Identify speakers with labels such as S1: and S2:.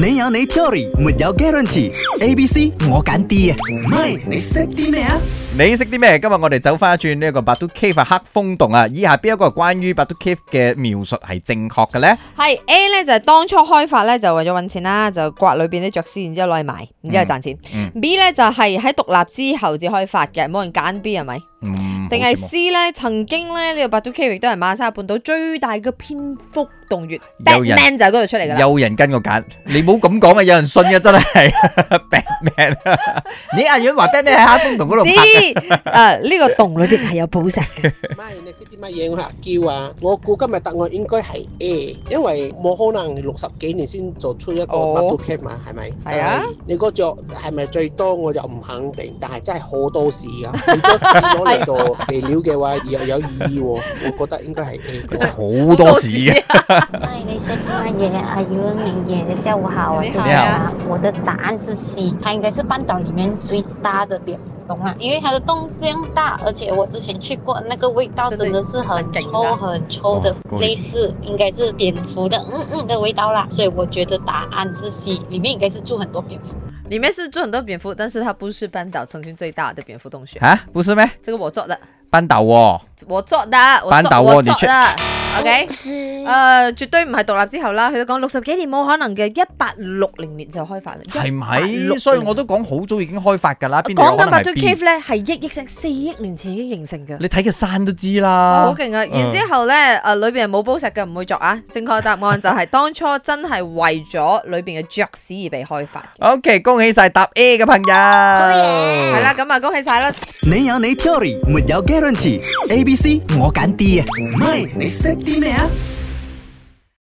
S1: 你有你 theory，沒有 guarantee。A、B、C 我揀 D 啊，唔係你識啲咩啊？
S2: 你識啲咩？今日我哋走翻一轉呢一個百度 Cave 啊黑風洞啊，以下邊一個關於百度 Cave 嘅描述係正確嘅咧？
S3: 係 A 咧就係當初開發咧就為咗揾錢啦，就刮裏邊啲雀絲，然之後攞嚟賣，然之後賺錢。
S2: 嗯
S3: B 咧就係喺獨立之後至開發嘅，冇人揀 B 係咪？
S2: 嗯，
S3: 定
S2: 好
S3: 係
S2: 似冇
S3: C 咧？曾經咧呢、個百度 K 亦都係馬沙半島最大嘅蝙蝠洞穴
S2: 有人
S3: ，Batman 就係嗰度出嚟㗎啦。
S2: 有人跟我揀，你冇咁講啊！有人信嘅 真係 Batman 啊！你阿遠話 Batman 喺黑風洞嗰度拍嘅。
S3: D 啊，呢個洞裏邊係有寶石嘅。
S4: 咪你識啲乜嘢嚇叫啊？我估今日答案應該係 A，因為冇可能六十幾年先做出一個
S3: 哦
S4: bubble cap 嘛，係咪？
S3: 係啊
S4: 但係你嗰隻係咪最多我就唔肯定，但係真係好多事㗎。你多事攞嚟做肥料嘅話，又有意義喎。我覺得應該係 A
S2: 佢真係好多事啊嘅。
S3: 啊
S5: 嗨，你是大爷阿云明爷，下午好，我是
S3: 你好
S5: 大家。我的答案是 C，它应该是半岛里面最大的蝙蝠洞啊，因为它的洞这样大，而且我之前去过，那个味道
S3: 真的
S5: 真的是很
S3: 很
S5: 臭
S3: 劲啊
S5: 很臭的
S2: 哦过，瘾
S5: 类似应该是蝙蝠的嗯嗯的味道啦，所以我觉得答案是 C，里面应该是住很多蝙蝠。
S3: 里面是住很多蝙蝠，但是它不是半岛曾经最大的蝙蝠洞穴。
S2: 吓、不是咩？
S3: 这个我做的，
S2: 班豆喎、
S3: 我做的，我
S2: 班
S3: 做
S2: 豆
S3: 我
S2: 喎你
S3: 做
S2: 出
S3: 的。OK，诶、絕對唔係獨立之後啦，佢講六十幾年冇可能嘅，一八六零年就開發啦。
S2: 係
S3: 1860
S2: 咪？所以我都講好早已經開發㗎啦，邊度有
S3: 講
S2: 可
S3: 緊
S2: 能
S3: Batu
S2: 係 B？
S3: Cave 咧，係億億成四億年前已經形成嘅。
S2: 你睇嘅山都知啦。
S3: 好勁啊！然之後咧，誒裏邊係冇寶石嘅，唔會作啊。正確答案就係當初真係為咗裏邊嘅雀屎而被開發。
S2: O、k 恭喜晒答 A 嘅朋友。係
S3: 係啦，，咁啊恭喜晒啦！
S1: 你有你 theory，沒有 guarantee。A、B、C 我揀 D 啊，唔係你識啲咩啊？